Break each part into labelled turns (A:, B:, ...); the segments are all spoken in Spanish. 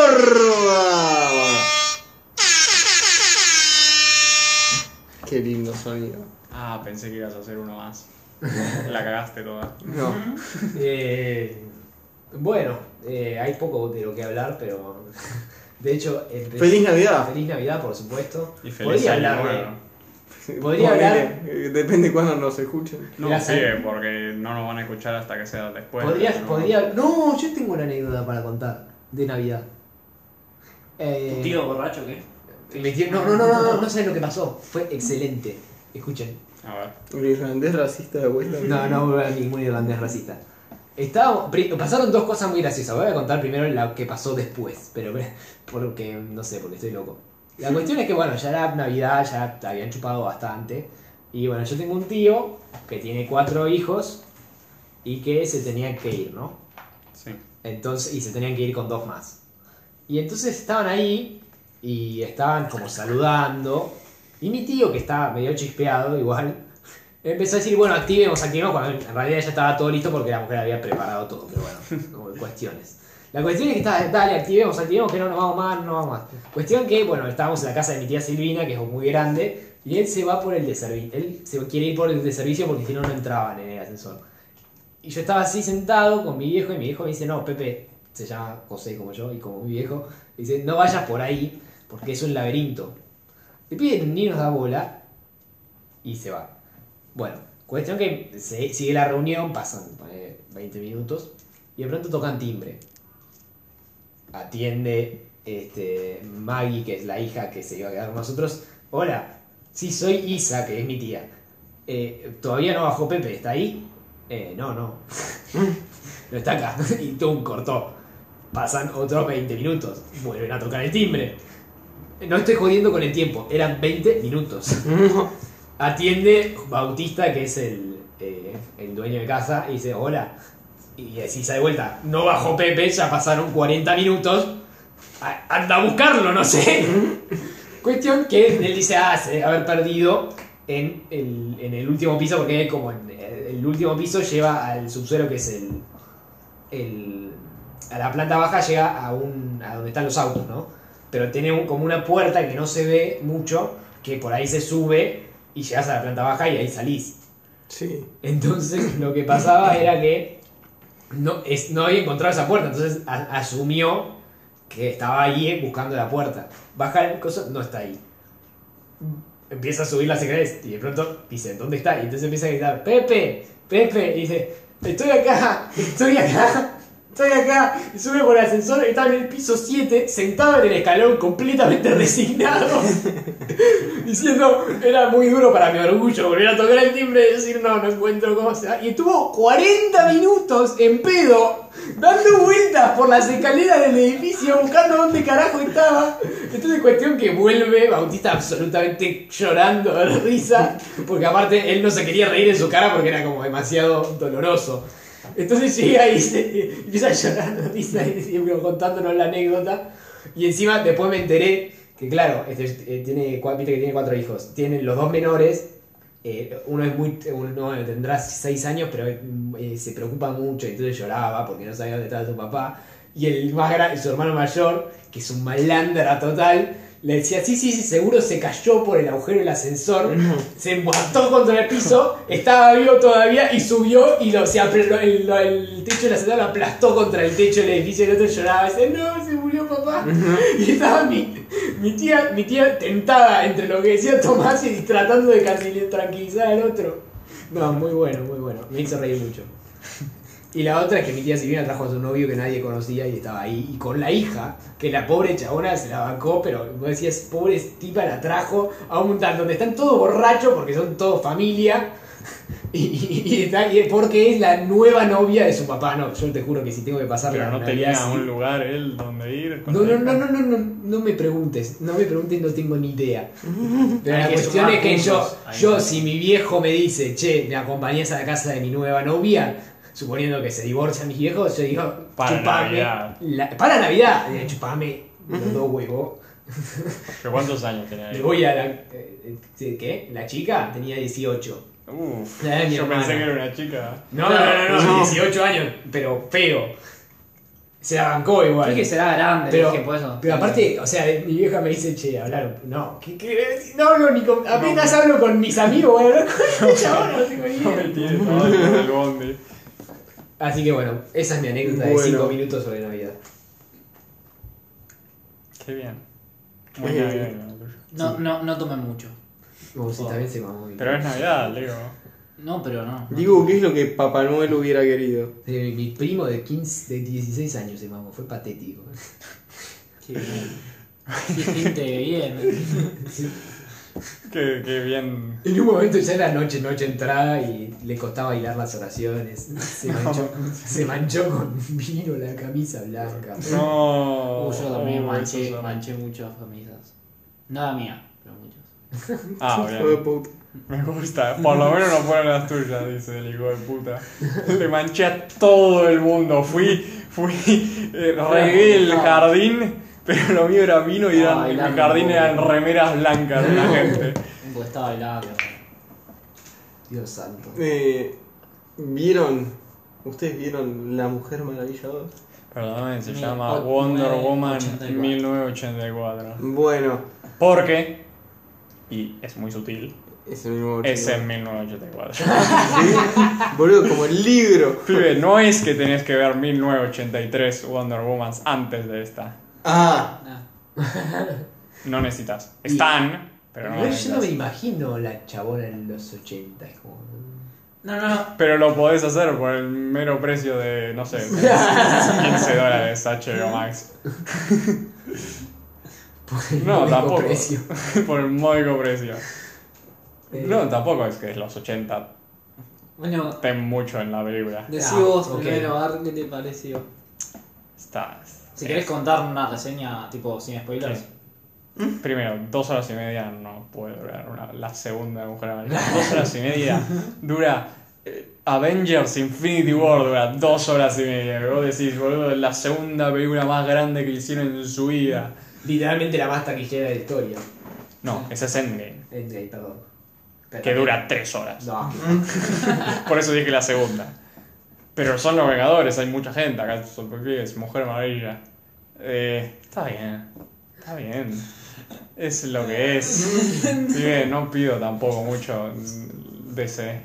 A: ¡Prórroga! Qué lindo sonido.
B: Ah, pensé que ibas a hacer uno más. La cagaste toda.
A: No.
C: Eh, bueno, eh, hay poco de lo que hablar, pero. De hecho, empecé-
A: Feliz Navidad.
C: Feliz Navidad, por supuesto.
B: Y feliz
C: Podría
B: año
C: hablar de-
B: nuevo.
C: Podría hablar-
A: Eh, Depende cuándo nos escuchen.
B: No,
C: Mirá,
B: sí,
C: sí.
B: porque no nos van a escuchar hasta que sea después.
C: Podría,
B: pero-
C: podría- No, yo tengo una anécdota para contar de Navidad. Eh,
D: ¿Tu tío borracho qué?
C: mi tío- No, no, no, no, no, no saben lo que pasó. Fue excelente. Escuchen.
B: A ver.
A: El irlandés racista de vuelta.
C: No, no voy a ver ningún irlandés racista. Estábamos, pri- pasaron dos cosas muy graciosas. Voy a contar primero la que pasó después, pero porque no sé, porque estoy loco. La cuestión es que, bueno, ya era Navidad, ya habían chupado bastante. Y bueno, yo tengo un tío que tiene cuatro hijos y que se tenía que ir, ¿no?
B: Sí.
C: Entonces, y se tenían que ir con dos más. Y entonces estaban ahí y estaban como saludando. Y mi tío, que estaba medio chispeado igual, empezó a decir, bueno, activemos, activemos, cuando en realidad ya estaba todo listo porque la mujer había preparado todo, pero bueno, como cuestiones. La cuestión es que estaba, dale, activemos, activemos, que no nos vamos más, no nos vamos más. Cuestión que, bueno, estábamos en la casa de mi tía Silvina, que es muy grande, y él se va por el de servicio. Él se quiere ir por el de servicio porque si no, no entraban en el ascensor. Y yo estaba así sentado con mi viejo y mi viejo me dice, no, Pepe, se llama José como yo y como mi viejo, dice, no vayas por ahí porque es un laberinto. Le pide ni nos da bola y se va. Bueno, cuestión que se- sigue la reunión, pasan ponele, 20 minutos y de pronto tocan timbre. Atiende este, Maggie, que es la hija que se iba a quedar con nosotros. Hola, sí, soy Isa, que es mi tía. "Eh, Todavía no bajó Pepe, ¿está ahí? Eh, no, no. no está acá. y tú cortó. Pasan otros 20 minutos. Vuelven a tocar el timbre. No estoy jodiendo con el tiempo. Eran 20 minutos. Atiende Bautista, que es el, eh, el dueño de casa, y dice, hola. Y así sale de vuelta. No bajó Pepe, ya pasaron 40 minutos. A- Anda a buscarlo, no sé. Cuestión que él dice, ah, se debe haber perdido en el, en el último piso, porque como en eh, el último piso lleva al subsuelo que es el, el- A la planta baja llega a, un, a donde están los autos, ¿no? Pero tiene un- como una puerta que no se ve mucho, que por ahí se sube y llegas a la planta baja y ahí salís.
A: Sí.
C: Entonces lo que pasaba era que no, es, no había encontrado esa puerta, entonces a- asumió que estaba ahí buscando la puerta. Baja el coso, no está ahí. Empieza a subir las secretas y de pronto dice, ¿dónde está? Y entonces empieza a gritar, Pepe, Pepe, y dice, estoy acá, estoy acá. Estoy acá, y sube por el ascensor, está en el piso 7, sentado en el escalón, completamente resignado diciendo, era muy duro para mi orgullo volver a tocar el timbre y decir, no, no encuentro cómo se va. Y estuvo 40 minutos en pedo, dando vueltas por las escaleras del edificio, buscando dónde carajo estaba. Entonces, cuestión que vuelve Bautista absolutamente llorando de risa, porque aparte él no se quería reír en su cara porque era como demasiado doloroso. Entonces llega y se- empieza a llorar de risa y siempre contándonos la anécdota. Y encima después me enteré que claro, este, eh, tiene, cua- viste que tiene cuatro hijos. Tienen los dos menores. eh, uno es muy uno tendrá seis años, pero eh, se preocupa mucho y entonces lloraba porque no sabía dónde estaba su papá. Y el más grande, su hermano mayor, que es un malandra total, le decía, sí, sí, sí, seguro se cayó por el agujero del ascensor, se embató contra el piso, estaba vivo todavía y subió y lo, se apre- lo- el, lo- el techo del ascensor lo aplastó contra el techo del edificio y el otro lloraba, y decía, no, se murió papá. Y estaba mi, mi tía, mi tía tentada entre lo que decía Tomás y tratando de casi tranquilizar al otro. No, muy bueno, muy bueno. Me hizo reír mucho. Y la otra es que mi tía Silvina trajo a su novio que nadie conocía y estaba ahí. Y con la hija, que la pobre chabona se la bancó, pero como decías, pobre tipa la trajo a un montón donde están todos borrachos porque son todos familia. Y, y- y está- y porque es la nueva novia de su papá. No, yo te juro que si tengo que pasar
B: Pero
C: la
B: no
C: Navidad
B: tenía
C: así-
B: un lugar él donde ir. con
C: no,
B: la
C: no,
B: hija.
C: no, no, no, no, no me preguntes, no me preguntes, no tengo ni idea. Pero
D: Hay
C: la
D: que
C: cuestión
D: sumar
C: es que yo,
D: puntos. Ahí
C: yo
D: está.
C: si mi viejo me dice, che, me acompañas a la casa de mi nueva novia, suponiendo que se divorcian mis viejos, yo digo,
B: Para
C: chupame.
B: Navidad.
C: la- para Navidad, eh, chupame los dos huevos.
B: ¿Pero cuántos años tenía
C: Le
B: ahí?
C: voy a la. eh, eh, ¿Qué? La chica tenía 18.
B: Uf,
C: Era mi
B: yo
C: hermana.
B: pensé que era una chica.
C: No, no, no, no, 18 años, pero feo. Se la bancó igual.
D: Creo que será grande,
C: Pero,
D: dije, por eso.
C: pero aparte, o sea, mi vieja me dice, che, hablar. No, ¿qué, qué- no hablo ni con. Apenas hablo con mis amigos, voy a hablar con el chabón, no tengo ni idea.
B: No me tiene todo el bondi.
C: Así que bueno, esa es mi anécdota
A: Bueno.
C: de 5 minutos sobre Navidad.
B: Qué bien.
A: Qué
B: Muy
A: bien.
B: navideño lo tuyo.
D: No, no, no tomen mucho.
C: Como si también se mamó.
B: Pero es Navidad, Leo.
D: No, pero no. no.
A: Digo, ¿qué es lo que Papá Noel hubiera querido?
C: Eh, Mi primo de 15, de 16 años se mamó, fue patético.
D: Qué bien. Qué gente bien.
B: Qué, qué bien.
C: En un momento ya era noche, noche entrada y le costaba bailar las oraciones. Se manchó, se manchó con vino la camisa blanca.
B: No.
D: Uh, yo también
C: Oh,
B: Uh,
D: manché,
B: eso es-
D: manché muchas camisas. Nada mía, pero muchas.
B: Ah,
A: Hijo de
B: bien.
A: puta.
B: Me gusta. Por lo menos no fueron las tuyas, dice el hijo de puta. Le manché a todo el mundo. Fui, fui, eh, regué el
D: Ah.
B: jardín, pero lo mío era vino y eran,
D: Ah,
B: en mi
D: blanco.
B: jardín eran remeras blancas de la gente.
D: Porque estaba bailando.
C: Dios santo.
A: Eh, ¿Vieron? ¿Ustedes vieron La Mujer Maravilla 2?
B: Perdóname, se
D: Mil-
B: llama
D: o-
B: Wonder
D: nueve-
B: Woman
D: 84.
B: 1984.
A: Bueno,
B: Porque, y es muy sutil,
A: es el mismo.
B: es
A: chico.
B: en 1984.
A: Boludo, como el libro.
B: Pibe, no es que tenés que ver 1983 Wonder Woman antes de esta.
A: Ah,
D: Ah,
B: No necesitas. Están, pero no
C: Igual yo no me
B: necesitas.
C: imagino la chabona en los 80. Es como.
D: No, no, no.
B: Pero lo podés hacer por el mero precio de, no sé, 15 dólares HBO Max. No,
C: módico
B: tampoco.
C: precio.
B: Por el módico precio.
D: Eh.
B: No, tampoco es que los 80
D: Bueno,
B: ten mucho en la película.
D: decí
C: Ah,
D: vos
C: ok.
D: primero, a ver qué te pareció.
B: Está. eh,
D: Si querés contar una reseña tipo sin spoilers. ¿Mm?
B: Primero, dos horas y media no puede durar una- la segunda Mujer Maravilla. Dos horas y media dura. eh, Avengers Infinity War dura dos horas y media. Vos decís, boludo, es la segunda película más grande que hicieron en su vida.
C: Literalmente la más taquillera de la historia.
B: No, ese es Endgame,
C: Endgame, perdón. Pero-
B: que dura tres horas.
C: No,
B: Por eso dije la segunda. Pero son los Vengadores, hay mucha gente acá. son pibes, Mujer Maravilla. Eh, está bien, está bien. Es lo que es. Pibe, no pido tampoco mucho mm, DC.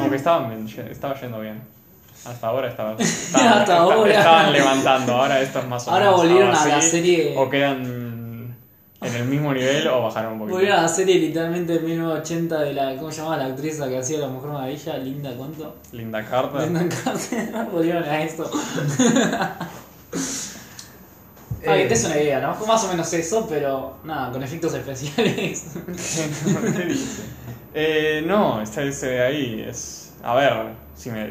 B: Aunque estaban bien, estaba yendo bien. Hasta ahora estaba. estaban-
D: Hasta
B: esta-
D: ahora.
B: Estaban levantando, ahora esto es más o
D: Ahora
B: menos
D: volvieron a
B: así,
D: la serie.
B: O quedan en el mismo nivel o bajaron un poquito.
D: Volvieron a la serie literalmente en 1980 de la. ¿Cómo se llamaba la actriz la que hacía la mujer maravilla? Linda, ¿cuánto?
B: Linda carta.
D: Linda Carter. Volvieron a esto. Para
B: Eh,
C: eh,
D: que te des una idea, ¿no? Fue más o menos eso, pero nada, con efectos especiales.
B: ¿Qué dice? Eh, no, está ese de ahí. Es. A ver, si me.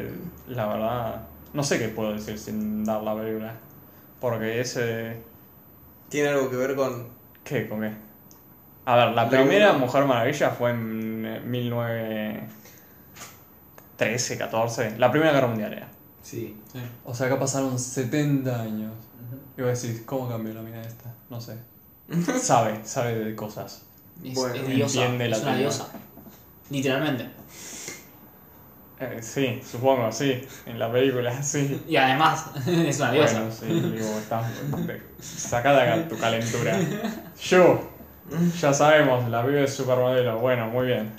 B: La verdad. No sé qué puedo decir sin dar la película. Porque ese.
A: tiene algo que ver con.
B: ¿Qué? ¿Con qué? A ver, la
A: La
B: primera
A: una.
B: Mujer Maravilla fue en eh, 1913, 14. La primera guerra mundial era.
C: Sí.
B: O sea, acá pasaron 70 años. Y vos decís, ¿cómo cambió la mina esta? No sé. Sabe, sabe de cosas.
D: Es,
A: Bueno,
D: es diosa.
B: entiende la
D: Es una
B: teoría.
D: diosa. Literalmente.
B: Eh, sí, supongo, sí. En la película, sí.
D: Y además, es una diosa.
B: Bueno, sí, digo, está, sacá de acá tu calentura. Yo, ya sabemos, la vive es supermodelo. Bueno, muy bien,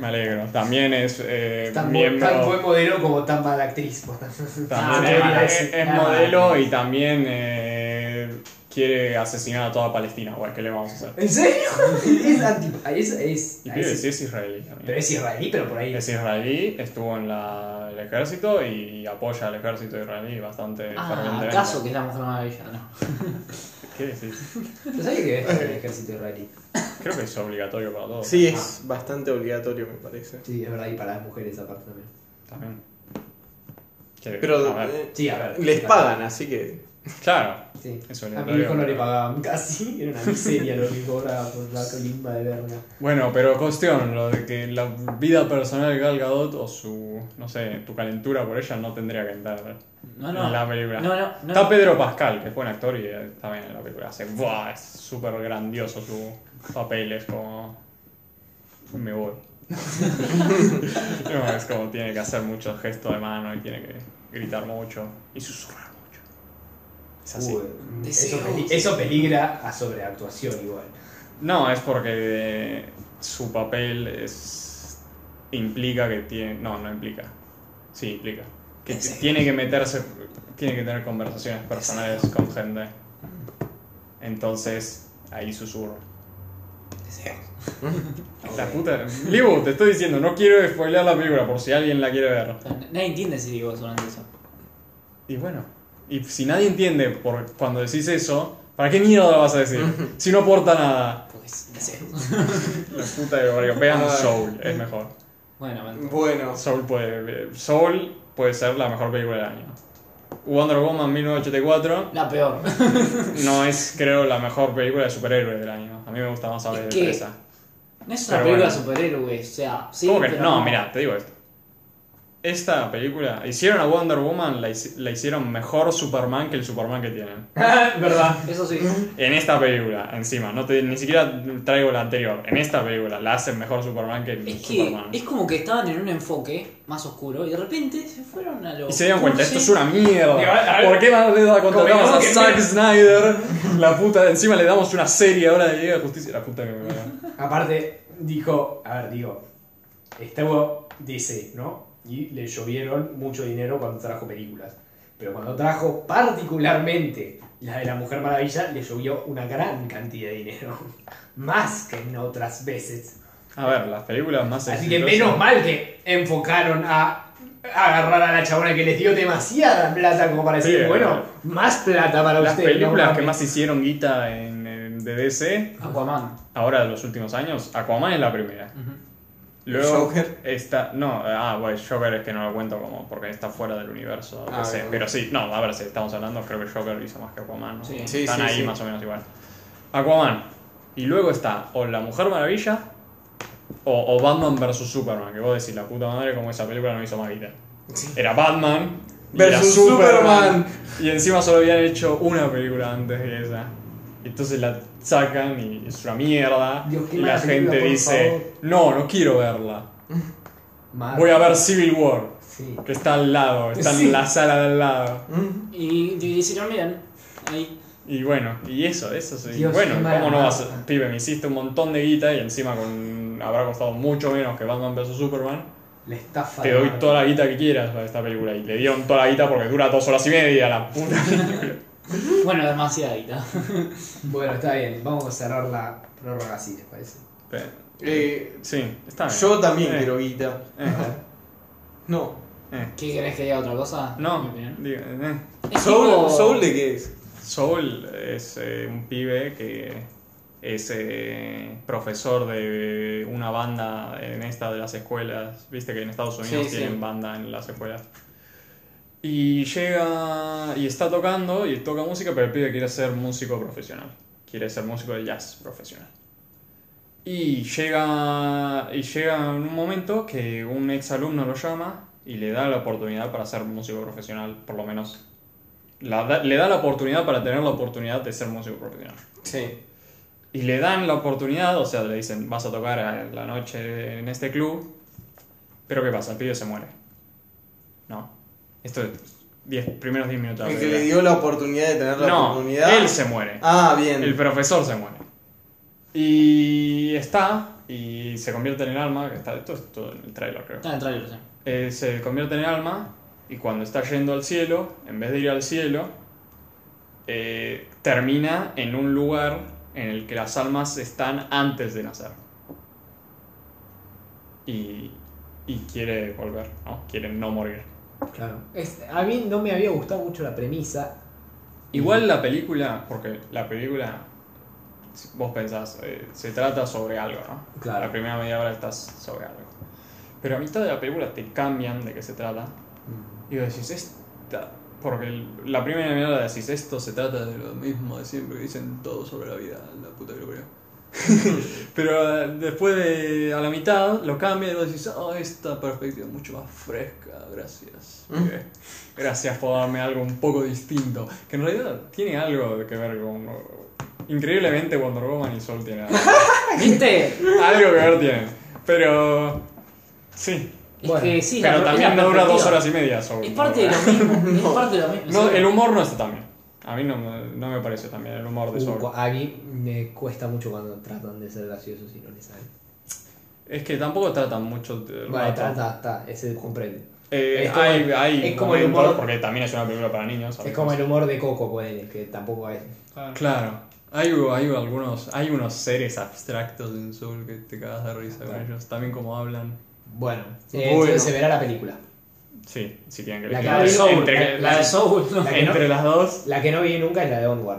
B: me alegro. También es eh,
C: Tan, bu-
B: miembro.
C: tan buen modelo como tan mala actriz. por tanto.
B: también
D: Ah,
B: es-
D: quería
B: es,
C: decir,
B: es
C: ah.
B: modelo y también eh, quiere asesinar a toda Palestina. Bueno, ¿qué le vamos a hacer?
C: ¿En serio? es anti. Es, es,
B: Y
C: ahí
B: pibe,
C: sí.
B: sí es israelí
C: Pero
B: también.
C: es israelí, pero por ahí.
B: Es israelí, estuvo en la- el ejército y apoya al ejército israelí bastante
D: Ah,
B: fervientemente.
D: ¿acaso que es la mujer maravilla? No.
B: ¿Qué decís?
C: ¿No sabía que es el ejército israelí?
B: Creo que es obligatorio para todos.
A: Sí, es bastante obligatorio, me parece.
C: Sí, es verdad, y para las mujeres aparte también.
B: También. Que,
A: Pero
B: a ver,
A: eh,
C: Sí, a ver.
A: les pagan, así que.
B: claro,
C: Sí.
B: es
C: A
B: obligatorio.
C: mi hijo no le pagaban casi, era una miseria lo que cobraba por la colimba de verga.
B: Bueno, pero cuestión, lo de que la vida personal de Gal Gadot o su, no sé, tu calentura por ella no tendría que entrar
D: No, no.
B: en la película.
D: No, no, no.
B: Está Pedro Pascal, que es buen actor y eh, también en la película hace, ¡buah! Es súper grandioso su papel, es como... Me voy. No, es como tiene que hacer muchos gestos de mano y tiene que gritar mucho y susurrar mucho. Es así.
C: Uh, eso,
D: Deseos.
C: peli- eso peligra a sobreactuación igual.
B: No, es porque su papel es implica que tiene, no, no implica. Sí, implica que
D: En
B: t-
D: serio.
B: tiene que meterse, tiene que tener conversaciones personales con gente. Entonces, ahí susurro.
D: Deseos.
B: La puta, Libu, te estoy diciendo, no quiero spoilear la película por si alguien la quiere ver.
D: O sea, n- Nadie entiende si digo solamente eso.
B: Y bueno, y si nadie entiende por cuando decís eso, ¿para qué mierda vas a decir? Si no aporta nada.
D: Pues deseos.
B: La puta que parió. Vean
A: Ay.
B: Soul, es mejor.
D: Bueno, man.
A: Bueno,
B: Soul puede, Soul puede ser la mejor película del año. Wonder Woman 1984
D: la peor.
B: no es, creo, la mejor película de superhéroe del año. A mí me gusta más hablar de
D: Es que-
B: presa.
D: No es una
B: Pero
D: película
B: bueno.
D: de superhéroes, o sea, sí.
B: ¿Cómo que
D: pero
B: no? Mira, te digo esto. Esta película, hicieron a Wonder Woman, la, hici- la hicieron mejor Superman que el Superman que tienen.
C: ¿Verdad?
D: Eso sí.
B: En esta película, encima, no te, ni siquiera traigo la anterior. En esta película la hacen mejor Superman que el
D: Es que
B: Superman.
D: es como que estaban en un enfoque más oscuro y de repente se fueron a lo.
B: Y se dieron cuenta,
D: cursi.
B: esto es una mierda.
C: Y ahora- ahora-
B: ¿Por qué más le contratamos a
C: Convengamos que-
B: Zack Snyder? La puta, encima le damos una serie ahora de Liga de Justicia. La puta que me parió.
C: Aparte, dijo, a ver, digo, estuvo DC, ¿no? Y le llovieron mucho dinero cuando trajo películas. Pero cuando trajo particularmente la de la Mujer Maravilla, le llovió una gran cantidad de dinero. Más que en otras veces.
B: A ver, las películas más
C: Así que
B: exitosas-
C: menos mal que enfocaron a agarrar a la chabona que les dio demasiada plata como para decir,
B: Sí, eh,
C: bueno, más plata para
B: Las
C: ustedes. ¿no?
B: películas que más hicieron guita en, en- de DC,
D: Aquaman.
B: ahora de los últimos años, Aquaman es la primera. Luego
A: Joker.
B: está. No, ah, bueno, Joker es que no lo cuento como porque está fuera del universo.
A: Ah,
B: DC.
A: bien.
B: Pero sí, no, a ver, si estamos hablando, creo que Joker hizo más que Aquaman. ¿no?
D: Sí.
A: Sí,
B: Están
A: sí,
B: ahí
A: sí.
B: más o menos igual. Aquaman. Y luego está o La Mujer Maravilla o, o Batman vs Superman. Que vos decís, la puta madre, como esa película no hizo malita. Era Batman y era
A: Versus Superman.
B: Y encima solo habían hecho una película antes de esa. Y Entonces la sacan y es una mierda.
C: Dios, qué
B: y la
C: mala película,
B: gente
C: por
B: dice,
C: favor.
B: no, no quiero verla.
C: Madre.
B: Voy a ver Civil War,
C: Sí.
B: que está al lado, está
C: Sí.
B: en la sala de al lado.
A: Mm.
D: Y, y hicieron bien. Ahí.
B: Y bueno, y eso, eso sí.
C: Dios,
B: bueno,
C: qué mala
B: ¿cómo no vas a-
C: marca.
B: Pibe, me hiciste un montón de guita y encima con habrá costado mucho menos que Batman vs Superman.
C: La estafa.
B: Te
C: de
B: doy
C: Marvel.
B: toda la guita que quieras para esta película. Y le dieron toda la guita porque dura dos horas y media la puta película.
D: Bueno, demasiada guita.
C: Bueno, está bien, vamos a cerrar la prórroga así, ¿les parece?
B: Pero-
A: Eh,
B: Sí, está bien.
A: yo también
B: Eh,
A: quiero guita.
B: eh,
A: No.
B: eh.
D: ¿Qué querés que diga otra cosa? Mi
B: No,
D: opinión.
B: diga, eh.
D: Es
A: ¿Soul,
D: tipo-
A: ¿Soul de qué es?
B: Soul es eh, un pibe que es eh, profesor de una banda en esta de las escuelas. Viste que en Estados Unidos
D: Sí, sí.
B: tienen banda en las escuelas. Y llega y está tocando y toca música, pero el pibe quiere ser músico profesional. Quiere ser músico de jazz profesional. Y llega, y llega un momento que un ex alumno lo llama y le da la oportunidad para ser músico profesional, por lo menos. La da- le da la oportunidad para tener la oportunidad de ser músico profesional.
A: Sí.
B: Y le dan la oportunidad, o sea, le dicen, vas a tocar a la noche en este club. Pero ¿qué pasa? El pibe se muere. No. Esto es diez- primeros 10 minutos. de la
A: El que le
B: película.
A: dio la oportunidad de tener la
B: no,
A: oportunidad.
B: él se muere.
A: Ah, bien.
B: El profesor se muere. Y está, y se convierte en el alma, que está, esto es todo en el trailer creo.
D: Está en el trailer, sí.
B: Eh, se convierte en alma y cuando está yendo al cielo, en vez de ir al cielo, eh, termina en un lugar en el que las almas están antes de nacer. Y, y quiere volver, ¿no? Quiere no morir.
C: Claro. a mí no me había gustado mucho la premisa.
B: Igual la película, porque la película, si vos pensás, eh, se trata sobre algo, ¿no?
C: Claro.
B: La primera media hora estás sobre algo. Pero a mitad de la película te cambian de qué se trata.
C: Mm.
B: Y vos decís, esta. Porque el- la primera media hora decís, esto se trata de lo mismo de siempre que dicen todo sobre la vida, la puta que lo creo. Pero eh, después de. a la mitad lo cambia y vos decís, oh, esta perspectiva es mucho más fresca, gracias. pibe. Gracias por darme algo un poco distinto. Que en realidad tiene algo que ver con. Increíblemente Wonder Woman y Sol tienen algo,
D: ¿Viste?
B: algo que ver tienen. Pero. Sí.
D: Es
C: Bueno,
D: que sí, la
B: Pero
D: pro- es
B: también
D: la
B: dura dos
D: perspectiva.
B: horas y media. Soul,
D: Es
B: ¿no?
D: parte de lo mismo. Es parte de lo mismo.
B: No,
D: sí.
B: el humor no está tan bien. A mí no, me- no me parece también el humor de
C: Uh, cu-
B: Sorg.
C: a mí me cuesta mucho cuando tratan de ser graciosos y no les sale.
B: Es que tampoco tratan mucho del
C: Vale,
B: rato.
C: está, está, está, ese comprende.
B: Eh,
C: Es como-
B: hay, hay
C: es como el
B: momentos,
C: humor-
B: porque también es una película para niños.
C: Es como el humor de Coco, ponele, que tampoco es.
B: Claro. Hay, hay algunos hay unos seres abstractos en Soul que te cagas de risa con ellos. También como hablan.
C: Bueno, eh,
A: Bueno.
C: entonces se verá la película.
B: Sí, si tienen que
C: La
B: elegir.
C: que-
D: de Soul.
B: entre
D: La, la de Soul, ¿no?
C: la que
B: entre las dos
C: La que no vi nunca es la de Onward.